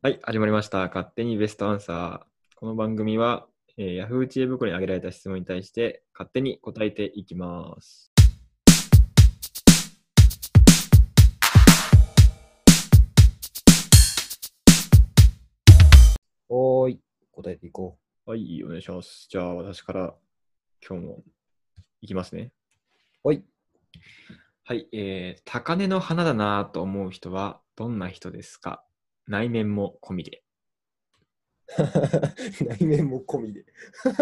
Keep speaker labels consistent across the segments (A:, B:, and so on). A: はい、始まりました。勝手にベストアンサー。この番組は、えー、Yahoo 知恵袋に挙げられた質問に対して、勝手に答えていきます。
B: おーい、答えていこ
A: はい、お願いします。じゃあ、私から今日もいきますね。
B: う。はい。
A: はい、えー、高嶺の花だなぁと思う人はどんな人ですか内面も込みで。
B: 内面も込みで。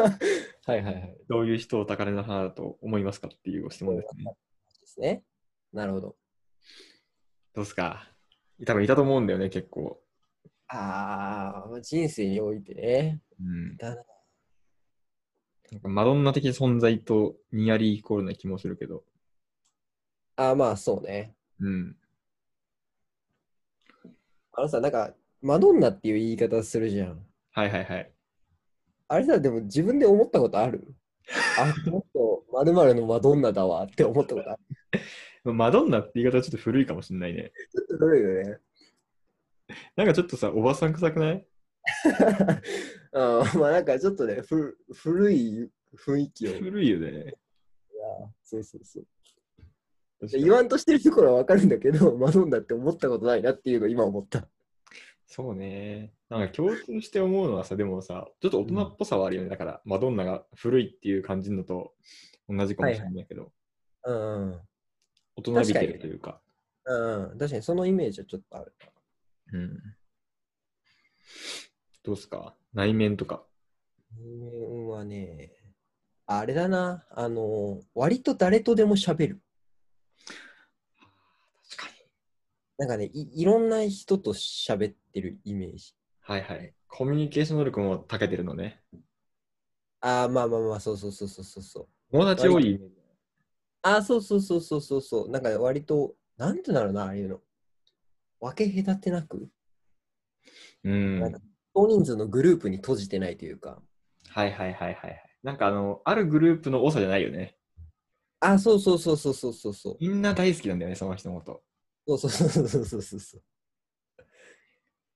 B: はいはいはい。
A: どういう人を高嶺の花だと思いますかっていうご質問ですね。
B: ですね。なるほど。
A: どうですか多分いたと思うんだよね、結構。
B: ああ、人生においてね。
A: うん。
B: だな
A: なんかマドンナ的存在とニアリーイコールな気もするけど。
B: ああ、まあそうね。
A: うん。
B: あのさ、なんか、マドンナっていう言い方するじゃん。
A: はいはいはい。
B: あれさ、でも自分で思ったことあるあ、もっと〇〇のマドンナだわって思ったことある。
A: まあマドンナって言い方はちょっと古いかもしれないね。
B: ちょっとどれよね。
A: なんかちょっとさ、おばさん臭くない
B: うん、ま あなんかちょっとね、ふ古い雰囲気を。
A: 古いよね。
B: そうそうそう。
A: 確かに
B: 言わんとしてるところはわかるんだけど、 マドンナって思ったことないなっていうのを今思った。
A: そうね。なんか共通して思うのはさ、でもさ、ちょっと大人っぽさはあるよね。だから、マドンナが古いっていう感じのと同じかもしれないけど、
B: うん。
A: 大人びてるというか。
B: うん。確かにそのイメージはちょっとある。
A: うん。どうっすか内面とか。
B: 人間はね、あれだな、あの、割と誰とでも喋る。
A: 確かに。
B: なんかね、いいろんな人と喋ってるイメージ。
A: はいはい。コミュニケーション能力も長けてるのね。
B: ああ、まあまあまあ、そうそうそうそうそうそう。
A: 友達多いイメージ。
B: ああ、そうそうそうそうそうそう。なんかね割と、なんてなるな、ああいうの。分け隔てなく、
A: うん。は
B: な
A: い
B: んか大人数のグループに閉じてないというか。
A: はいはいはいはい。なんかあの、あるグループの多さじゃないよね。
B: ああ、そうそうそうそうそうそうそう。
A: みんな大好きなんだよね、その人のこと。
B: そうそうそうそうそうそうそう。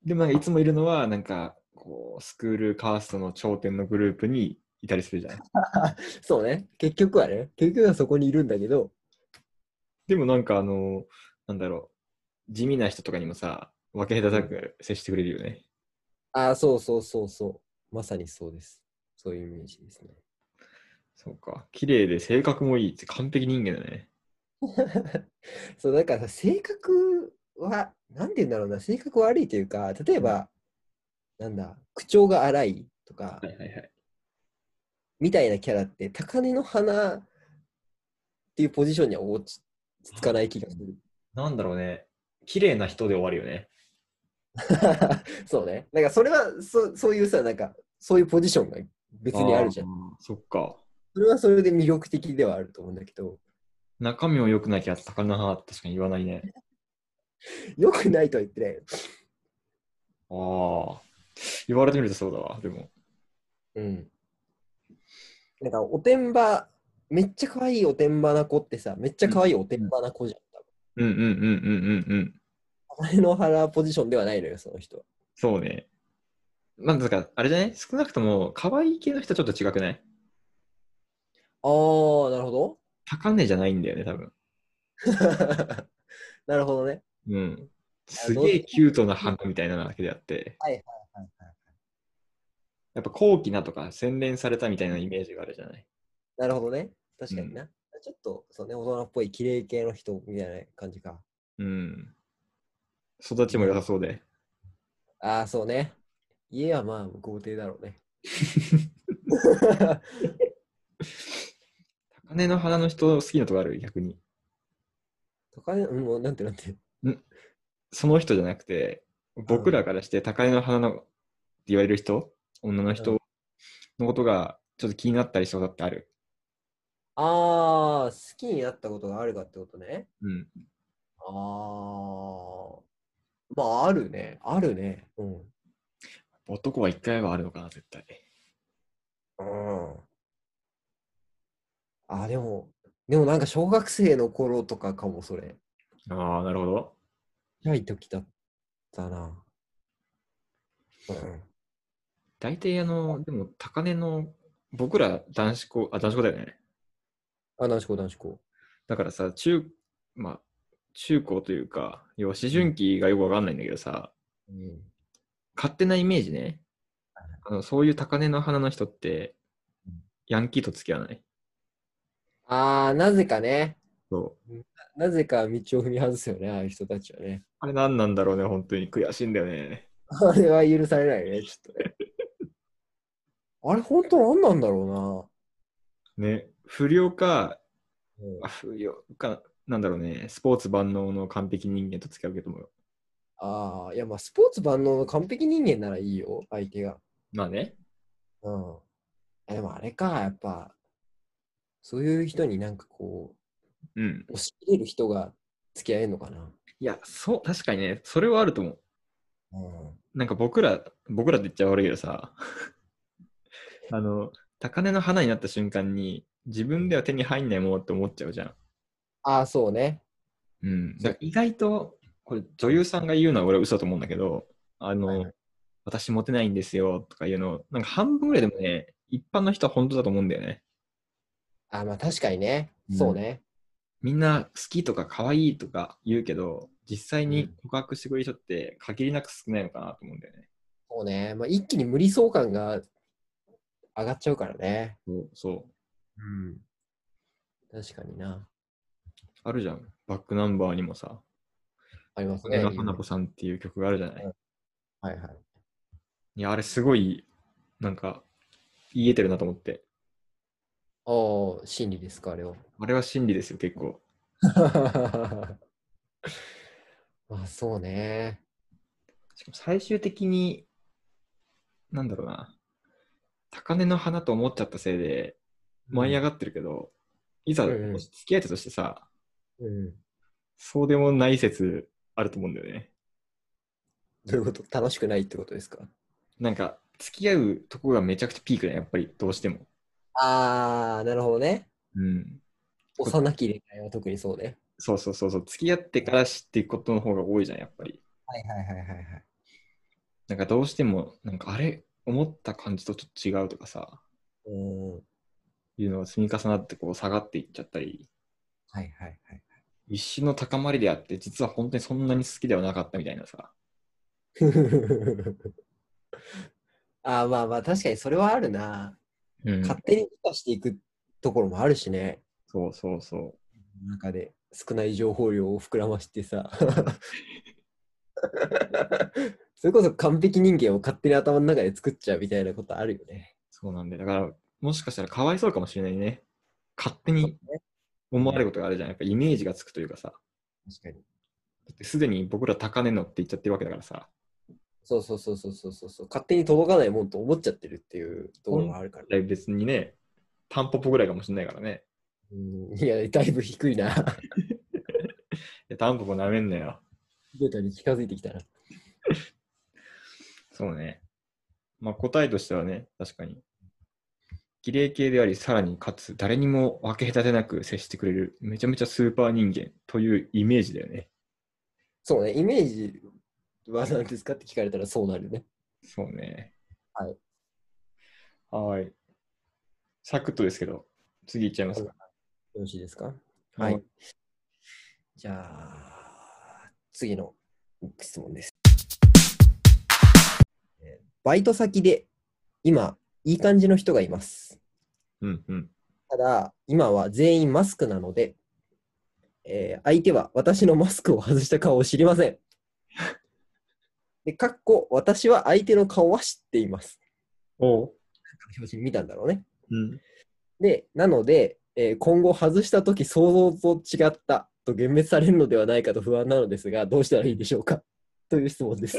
A: でもなんかいつもいるのは、なんか、こう、スクールカーストの頂点のグループにいたりするじゃん。
B: そうね。結局はね。結局はそこにいるんだけど。
A: でもなんかあの、なんだろう、地味な人とかにもさ、分け隔てなく接してくれるよね。
B: ああ、そうそうそうそう。まさにそうです。そういうイメージですね。
A: そうか。綺麗で性格もいいって完璧人間だね。
B: そう、だからさ、性格は、なんて言うんだろうな、性格悪いというか、例えば、なんだ、口調が荒いと
A: は
B: か、
A: いはいはい。
B: みたいなキャラって、高嶺の花っていうポジションには落ち着かない気がする。
A: なんだろうね。綺麗な人で終わるよね。
B: そうね。だからそれはそ、そういうさ、なんか、そういうポジションが別にあるじゃん。
A: ん。そっか。
B: それはそれで魅力的ではあると思うんだけど、
A: 中身も良くなきゃ高菜は確かに言わないね。
B: 良くないとは言ってないよ。
A: ああ。言われてみるとそうだわ、でも。
B: うん。なんか、おてんば、めっちゃ可愛いおてんばな子ってさ、めっちゃ可愛いおてんばな子じゃん。
A: うんうんうんうんうんうん。
B: 多分あれの腹ポジションではないのよ、その人は。
A: そうね。なんだか、あれじゃない少なくとも、可愛い系の人はちょっと違くない
B: あー、なるほど。
A: 高値じゃないんだよね、多分。
B: なるほどね。
A: うん。すげえキュートな花みたいなのだけであって、やっぱ高貴なとか洗練されたみたいなイメージがあるじゃない。
B: なるほどね。確かにな。ちょっと、そうね、大人っぽい綺麗系の人みたいな感じか。
A: うん。育ちも良さそうで。
B: あー、そうね。家はまあ、豪邸だろう ね。
A: 高根の花の人好きなとこある逆に。
B: とかね、もう、なんてなんて。
A: その人じゃなくて、僕らからして高根の花のって言われる人、女の人のことがちょっと気になったりしそうだってある。
B: あー、好きになったことがあるかってことね。
A: うん。
B: ああ。まあ、あるね。あるね。うん。
A: 男は一回はあるのかな、絶対。
B: うん。あ、でも、でもなんか小学生の頃とかかも、それ。
A: ああ、なるほど。
B: ない時だったな。
A: 大体あの、でも高根の、僕ら男子校、あ、男子校だよね。
B: あ、男子校、男子校。
A: だからさ、中、まあ、中高というか、要は思春期がよくわかんないんだけどさ、
B: うん。
A: 勝手なイメージね。あのそういう高根の花の人って
B: うん、
A: ヤンキーと付き合わない。
B: ああ、なぜかね。
A: そう。
B: なぜか道を踏み外すよね、ああいう人たちはね。
A: あれ何なんだろうね、本当に悔しいんだよね。
B: あれは許されないね、ちょっとね。あれ、本当何なんだろ
A: ね、不良か、
B: うな。うん
A: あ不良か、なんだろうね、スポーツ万能の完璧人間と付き合うけども。
B: ああ、いや、まあ、スポーツ万能の完璧人間ならいいよ、相手が。
A: まあね。
B: うん。あでもあれか、やっぱ、そういう人になんかこ
A: うん。
B: う、押し入れる人が付き合えるのかな。
A: いや、そう、確かにね、それはあると思う。
B: うん。
A: なんか僕ら、僕らって言っちゃ悪いけどさ、 あの、高根の花になった瞬間に、自分では手に入んないものって思っちゃうじゃん。
B: ああ、そうね。
A: うん。だから意外と、これ女優さんが言うのは俺は嘘だと思うんだけど、あの、
B: はいは
A: 私モテないんですよとかいうの、なんか半分ぐらいでもね、一般の人は本当だと思うんだよね。
B: ああ、まあ、確かにね。
A: うん
B: そうね。
A: みんな好きとか可愛いとか言うけど、実際に告白してくれる人って限りなく少ないのかなと思うんだよね。
B: そうね。まあ、一気に無理相関が上がっちゃうからね。
A: そう。そう
B: うん。確かにな。
A: あるじゃん。バックナンバーにもさ、
B: あります
A: 高根
B: ね。
A: の花子さんっていう曲があるじゃない。
B: はいはい。
A: いや、あれすごい、なんか、言えてるなと思って。
B: おお、心理ですか、あれを。
A: あれは真理ですよ、結構。
B: まあ、そうね。
A: しかも最終的に、なんだろうな、高根の花と思っちゃったせいで、舞い上がってるけど、いざ、
B: うんうん
A: もし付き合い手としてさ、
B: うん。
A: そうでもない説あると思うんだよね。
B: どういうこと楽しくないってことですか
A: なんか、付き合うとこがめちゃくちゃピークだよ、やっぱり、どうしても。
B: あー、なるほどね。
A: うん。
B: 幼き恋愛は特にそうね。
A: そうそうそうそう、付き合ってから知っていくことの方が多いじゃん、やっぱり。
B: はいはいはいはいはい。
A: なんかどうしても、なんかあれ、思った感じとちょっと違うとかさ、
B: うん。
A: いうのが積み重なってこう下がっていっちゃったり、
B: はいはいはい。
A: 一種の高まりであって、実は本当にそんなに好きではなかったみたいなさ。
B: あー、まあまあ、確かにそれはあるな。
A: うん
B: 勝手に美化していくところもあるしね。
A: そうそうそ
B: 中で少ない情報量を膨らまして さそれこそ完璧人間を勝手に頭の中で作っちゃうみたいなことあるよね。
A: う。そうなんで、だから、もしかしたらかわいそうかもしれないね。勝手に思われることがあるじゃん。やっぱイメージがつくというかさ。
B: 確かに。
A: だってすでに僕ら高値のって言っちゃってるわけだからさ。
B: そうそうそうそうそうそうそう。勝手に届かないもんと思っちゃってるっていうところもあるから。
A: 別にね、タンポポぐらいかもしれないからね。
B: うん、いや、だいぶ低いな。
A: でタンポポ舐めんなよ。
B: データに近づいてきたな。
A: そうね。まあ答えとしてはね、確かに。綺麗系であり、さらにかつ、誰にも分け隔てなく接してくれる、めちゃめちゃスーパー人間というイメージだよね。
B: そうね、イメージは何ですかって聞かれたらそうなるね。
A: そうね。
B: はい。
A: はーい。サクッとですけど、次いっちゃいますか。
B: よろしいですか
A: はい
B: はい。じゃあ、次の質問です。えーバイト先で今、いい感じの人がいます。
A: うんうん。
B: ただ、今は全員マスクなので、えー相手は私のマスクを外した顔を知りません。で、かっこ、私は相手の顔は知っています。
A: おう。
B: 表紙見たんだろうね。
A: うん。
B: で、なので、えー今後外したとき想像と違ったと幻滅されるのではないかと不安なのですが、どうしたらいいでしょうかという質問です。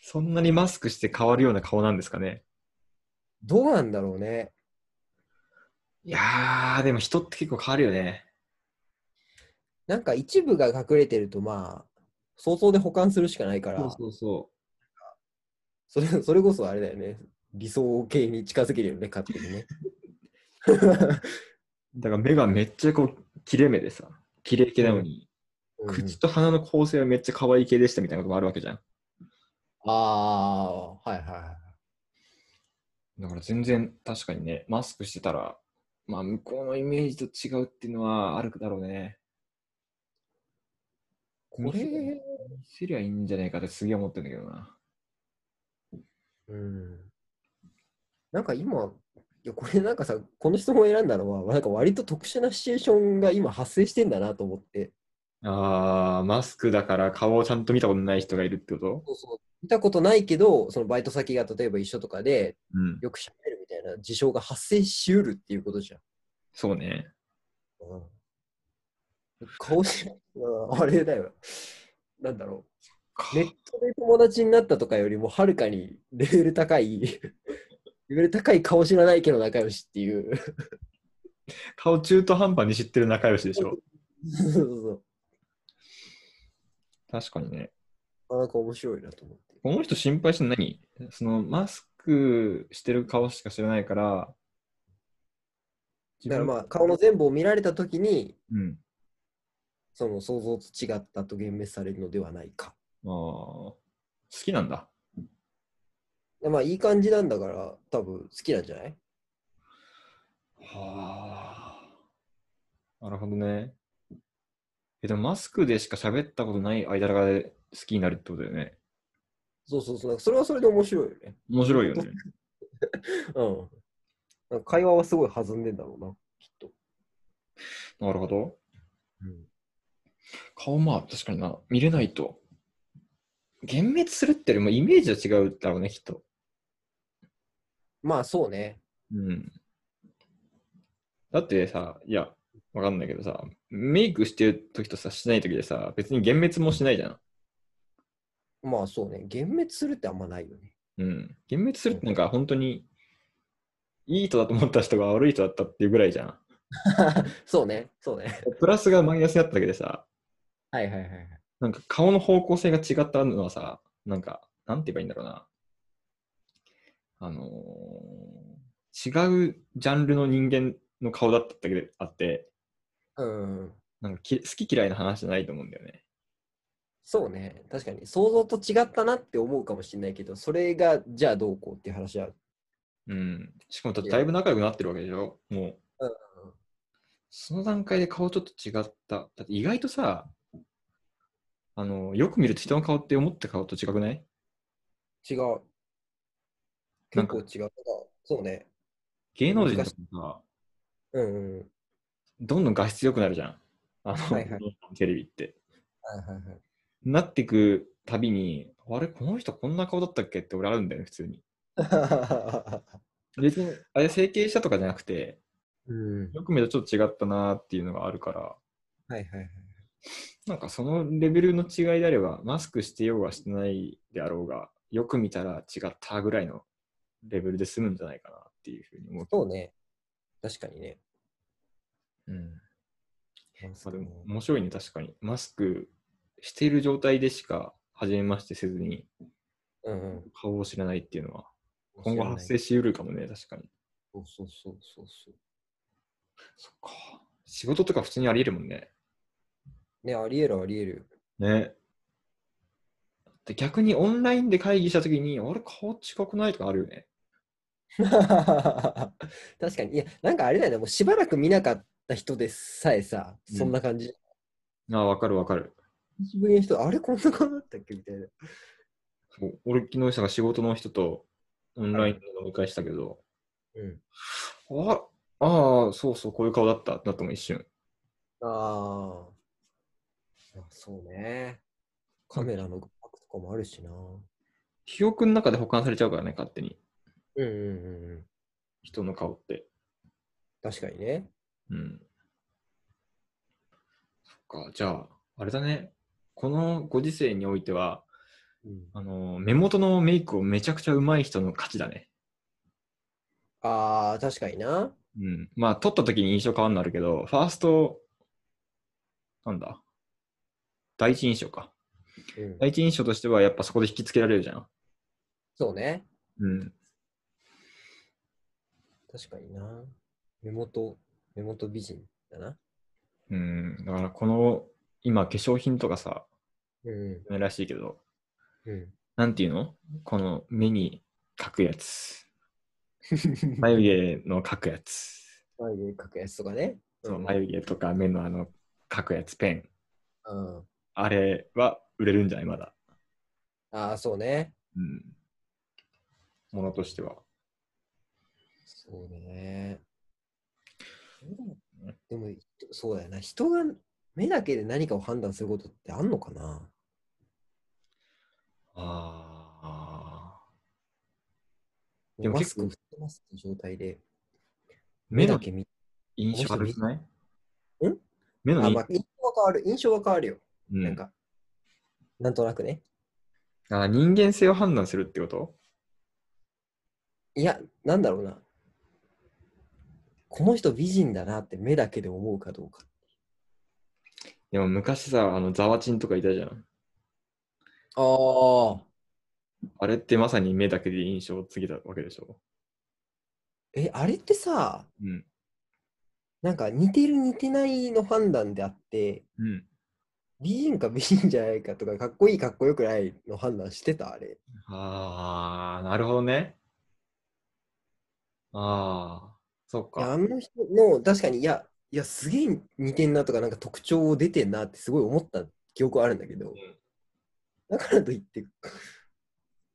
A: そんなにマスクして変わるような顔なんですかね。
B: どうなんだろうね。
A: いやー、でも人って結構変わるよね。
B: なんか一部が隠れてると、まあ、想像で保管するしかないから、
A: そ
B: そう
A: そうそ
B: れそれこそあれだよね。理想系に近づけるよね、勝手にね。
A: う。だから目がめっちゃこう、切れ目でさ、綺麗系なのに、
B: うん
A: 口と鼻の構成はめっちゃ可愛い系でしたみたいなこともあるわけじゃん。
B: ああ、はいは
A: だから全然確かにね、マスクしてたら、まあ向こうのイメージと違うっていうのはあるだろうね。
B: い。こ
A: 見せ
B: れ、
A: 見せりゃいいんじゃないかってすげえ思ってんだけどな。
B: うん。なんか今、いやこれなんかさ、この質問を選んだのは、なんか割と特殊なシチュエーションが今発生してんだなと思って。
A: あー、マスクだから顔をちゃんと見たことない人がいるってこと
B: そうそう。見たことないけど、そのバイト先が例えば一緒とかで、
A: うん。
B: よく喋るみたいな事象が発生しうるっていうことじゃん。
A: そうね。
B: 顔し、うんあれだよ。なんだろう。ネッ
A: か
B: トで友達になったとかよりも、はるかにレベル高 い、レベル高い顔知らないけど仲良しっていう。
A: 顔中途半端に知ってる仲良しでしょ。
B: そうそう
A: 確かにね。
B: そう。なんか面白いなと思って。
A: この人心配してんの何そのマスクしてる顔しか知らないから、
B: だからまあ、顔の全部を見られたときに、
A: うん。
B: その想像と違ったと幻滅されるのではないか。
A: あー好きなんだ。
B: でまあ、いい感じなんだから、多分好きなんじゃない
A: はあ。なるほどね。え、でもマスクでしか喋ったことない間柄で好きになるってことだよね。
B: そうそうそう。なんかそれはそれで面白いよね。
A: 面白いよね。
B: うん。なんか会話はすごい弾んでんだろうな、きっと。
A: なるほど。
B: うん
A: 顔まあ確かにな、見れないと。幻滅するってよりもイメージは違うだろうね、きっと。
B: まあそうね。
A: うん。だってさ、いや、わかんないけどさ、メイクしてる時とさ、しない時でさ、別に幻滅もしないじゃん。
B: まあそうね。幻滅するってあんまないよね。
A: うん。幻滅するってなんか本当に、いい人だと思った人が悪い人だったっていうぐらいじゃん。
B: そうね。そうね。
A: プラスがマイナスになっただけでさ、
B: はいはいはいはい。
A: なんか顔の方向性が違ったのはさ、なんか、なんて言えばいいんだろうな。あのー違うジャンルの人間の顔だっただけであって、
B: うん。
A: なんかき好き嫌いの話じゃないと思うんだよね。
B: そうね。確かに。想像と違ったなって思うかもしれないけど、それがじゃあどうこうっていう話は。
A: うん。しかもだだいぶ仲良くなってるわけでしょもう。
B: うんうん
A: その段階で顔ちょっと違った。だって意外とさ、あのーよく見ると人の顔って思った顔と違くない
B: 違う。
A: なんか
B: 結構違う。なんかそうね。
A: 芸能人とかさ、
B: うんうん。
A: どんどん画質良くなるじゃん。あの、
B: はいは
A: テレビって。
B: はいはいはい。
A: なってくたびに、あれ、この人こんな顔だったっけって俺あるんだよね、普通に。別に、あれ整形したとかじゃなくて、
B: うん。
A: よく見るとちょっと違ったなーっていうのがあるから、
B: はいはいはい。
A: なんかそのレベルの違いであれば、マスクしてようがしてないであろうが、よく見たら違ったぐらいのレベルで済むんじゃないかなっていうふうに思う。
B: そうね。確かにね。
A: うん。まあ、でも面白いね、確かに。マスクしている状態でしか、初めましてせずに、
B: うんうん。
A: 顔を知らないっていうのは、今後発生しうるかもね、確かに。
B: そうそうそうそうそう。
A: そっか。仕事とか普通にありえるもんね。
B: ね、ありえるありえる。
A: ね。で逆にオンラインで会議したときに、あれ、顔近くないとかあるよね。
B: 確かに。いや、なんかあれだよね、もうしばらく見なかった人でさえさ、
A: うん
B: そんな感じ。
A: ああ、わかるわかる。
B: 久しぶりの人、あれこんな顔だったっけみたいな。
A: そう俺、昨日さ、仕事の人とオンラインで飲み会したけど、
B: うん。
A: あああ、そうそう、こういう顔だった。だったもん、一瞬。
B: あーあ。そうね。カメラのバックとかもあるしな。う
A: 記憶の中で保管されちゃうからね、勝手に。
B: んうんうんうん。
A: 人の顔って。
B: 確かにね。
A: うん。そっか、じゃあ、あれだね。このご時世においては、
B: うん、
A: あの、目元のメイクをめちゃくちゃ上手い人の勝ちだね。
B: ああ、確かにな。
A: うん。まあ、撮った時に印象変わるのあるけど、ファースト、なんだ第一印象か。
B: うん、
A: 第一印象としては、やっぱそこで引きつけられるじゃん。
B: そうね。
A: うん。
B: 確かにな。目元、目元美人だな。
A: うん。だから、この今、化粧品とかさ、
B: う
A: らしいけど、
B: ん。う
A: なんていうのこの目に描くやつ。
B: ん。
A: 眉毛の描くやつ。
B: 眉毛描くやつとかね。
A: そう
B: うん
A: 眉毛とか目のあの描くやつ、ペン。
B: うん。
A: あれは売れるんじゃないまだ。
B: ああ、そうね。
A: うん。ものとしては。
B: そうね。でも、そうだよな。人が目だけで何かを判断することってあんのかな
A: ああ。で
B: で
A: も
B: もマ
A: 結
B: ス
A: 構
B: クを振ってますって状態で、
A: 目
B: 目
A: の
B: だけ見
A: 印象悪くない
B: ん
A: 目の
B: あ、
A: 印
B: まあ、印象は変わる。印象は変わるよ。
A: うん
B: なんか、なんとなくね。
A: あ人間性を判断するってこと
B: いや、なんだろうな。この人美人だなって目だけで思うかどうか。
A: でも昔さ、あの、ザワチンとかいたじゃん。
B: ああ。
A: あれってまさに目だけで印象をつけたわけでしょ。
B: え、あれってさ、
A: うん。
B: なんか似てる似てないの判断であって、
A: うん。
B: 美人か美人じゃないかとか、かっこいいかっこよくないの判断してたあれ。
A: ああ、なるほどね。ああ、そっ
B: いや、
A: か。
B: あの人の、確かに、いや、いや、すげえ似てんなとか、なんか特徴出てんなってすごい思った記憶あるんだけど、
A: ん
B: だからといって、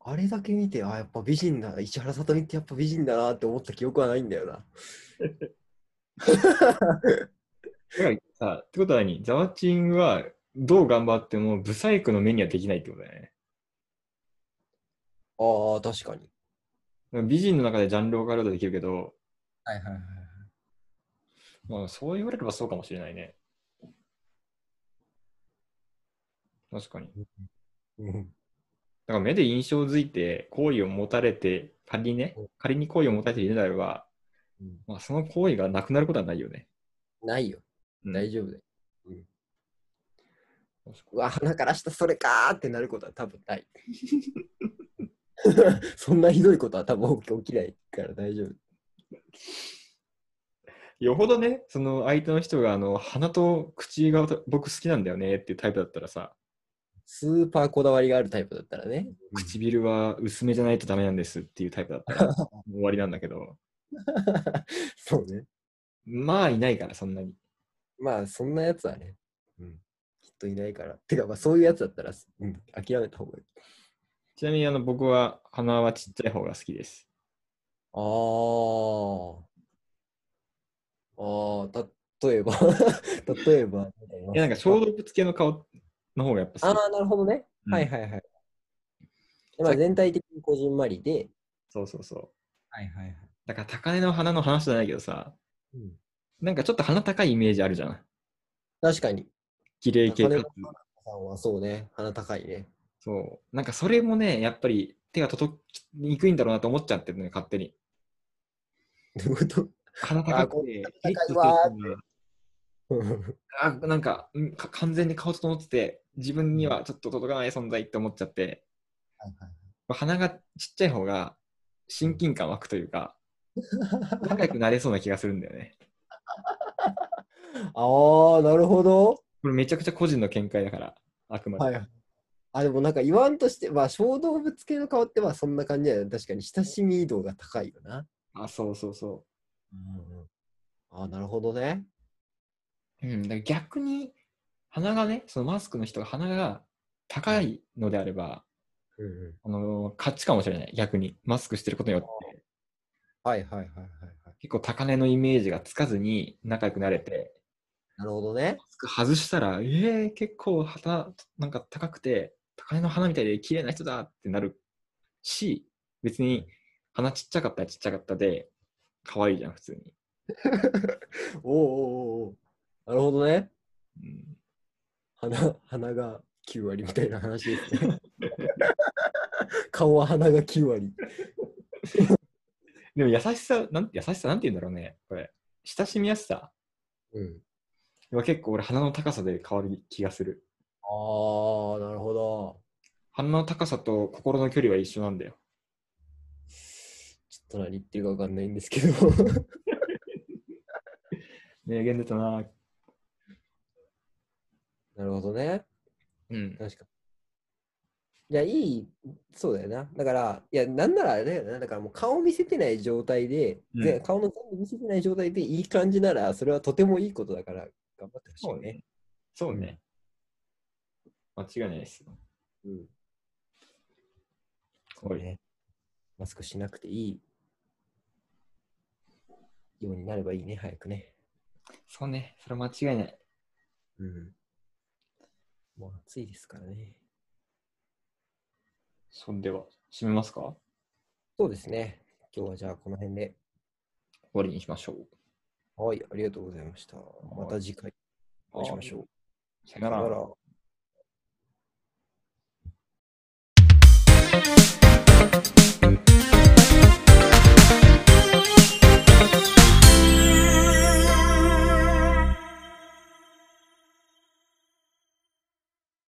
B: あれだけ見て、あ、やっぱ美人だ、市原さとみってやっぱ美人だなって思った記憶はないんだよな。
A: だからさ、ってことは何ザワチンはどう頑張ってもブサイクの目にはできないってことだよね。
B: ああ、確かに。
A: 美人の中でジャンルを変えることはできるけど、
B: はいはいはい。
A: まあ、そう言われればそうかもしれないね。確かに。
B: うん、
A: だから目で印象づいて、好意を持たれて、仮にね
B: うん、
A: 仮に好意を持たれているならば、
B: うん
A: まあ、その行為がなくなることはないよね。
B: ないよ。
A: うん
B: 大丈夫だよ。
A: 確か
B: うわ、鼻から下それかーってなることは多分 ない。そんなひどいことは多分起き起きないから大丈夫。
A: によほどね、その相手の人があの鼻と口が僕好きなんだよねっていうタイプだったらさ、
B: スーパーこだわりがあるタイプだったらね。
A: 唇は薄めじゃないとダメなんですっていうタイプだったら もう終わりなんだけど、
B: そうね。
A: まあいないから、そんなに。
B: まあ、そんなやつはね、きっといないから。てか、まあ、そういうやつだったら、うん、諦めた方がいい。
A: ちなみにあの僕は鼻はちっちゃい方が好きです。
B: あー。あー、例えば、 例え ば。
A: いやなんか小動物系の顔の方がやっぱ
B: あ
A: 好き。
B: ー、なるほどね。
A: うん
B: はいはいはい。まあ、全体的にこじんまりで、
A: そうそうそう。
B: はいはいはい。
A: だから高嶺の花の話じゃないけどさ、
B: うん、
A: なんかちょっと鼻高いイメージあるじゃん。
B: 確かに。
A: 綺麗系
B: 中
A: か
B: 根
A: つ
B: さ。んはそうね、鼻高いね。
A: そう。なんかそれもね、やっぱり手が届きにくいんだろうなと思っちゃってるのよ、勝手に。
B: どういうこと
A: 鼻
B: あ
A: 高
B: こ
A: く
B: う
A: て、
B: 高い
A: ヘッドしてる
B: わーっ
A: 人があなんかうんか完全に顔整ってて、自分にはちょっと届かない存在って思っちゃって、鼻がちっちゃい方が親近感湧くというか、 仲良くなれそうな気がするんだよね。
B: あー、なるほど。
A: これめちゃくちゃ個人の見解だから、あくまで。
B: はい。あ、でもなんか言わんとして、まあ、小動物系の顔ってまあそんな感じだよね。確かに親しみ度が高いよな。
A: あ、そうそうそ
B: ああ、なるほどね。
A: う。うん、だから逆に、鼻がね、そのマスクの人が鼻が高いのであれば、あの勝ちかもしれない、逆に。マスクしてることによって、
B: はいはいはいはい。はい
A: 結構高値のイメージがつかずに仲良くなれて、
B: なるほどね。
A: マスク外したら、えー、結構肌、なんか高くて、高値の花みたいで綺麗な人だってなるし、別に鼻ちっちゃかったらちっちゃかったで、可愛いじゃん、普通に。
B: おおおおなるほどね。
A: うん
B: 鼻鼻が9割みたいな話です ね。顔は鼻が9割。
A: でも優しさ、なん優しさなんて言うんだろうね、これ。親しみやすさ
B: うん、
A: は結構俺鼻の高さで変わる気がする。
B: ああ、なるほど。
A: 鼻の高さと心の距離は一緒なんだよ。
B: ちょっと何言ってるかわかんないんですけど。
A: 名言出たな
B: なるほどね。
A: うん。
B: 確かに。いや、いい、そうだよな。だから、いや、なんならあれだよな。だからもう顔見せてない状態で、
A: うん
B: ぜ顔の全部見せてない状態でいい感じなら、それはとてもいいことだから、頑張ってほしい
A: そう
B: ね。
A: ね。そうね。間違いないですよ。
B: うん。
A: おい。
B: ね。マスクしなくていいようになればいいね、早くね。
A: そうね。それは間違いない。
B: うん。もう暑いですからね。
A: それでは、締めますか終
B: そうですね。今日はじゃあこの辺で。
A: わりにしましょう。
B: はい、ありがとうございました。また次回お会いしましょう。
A: さよなら。
B: ら。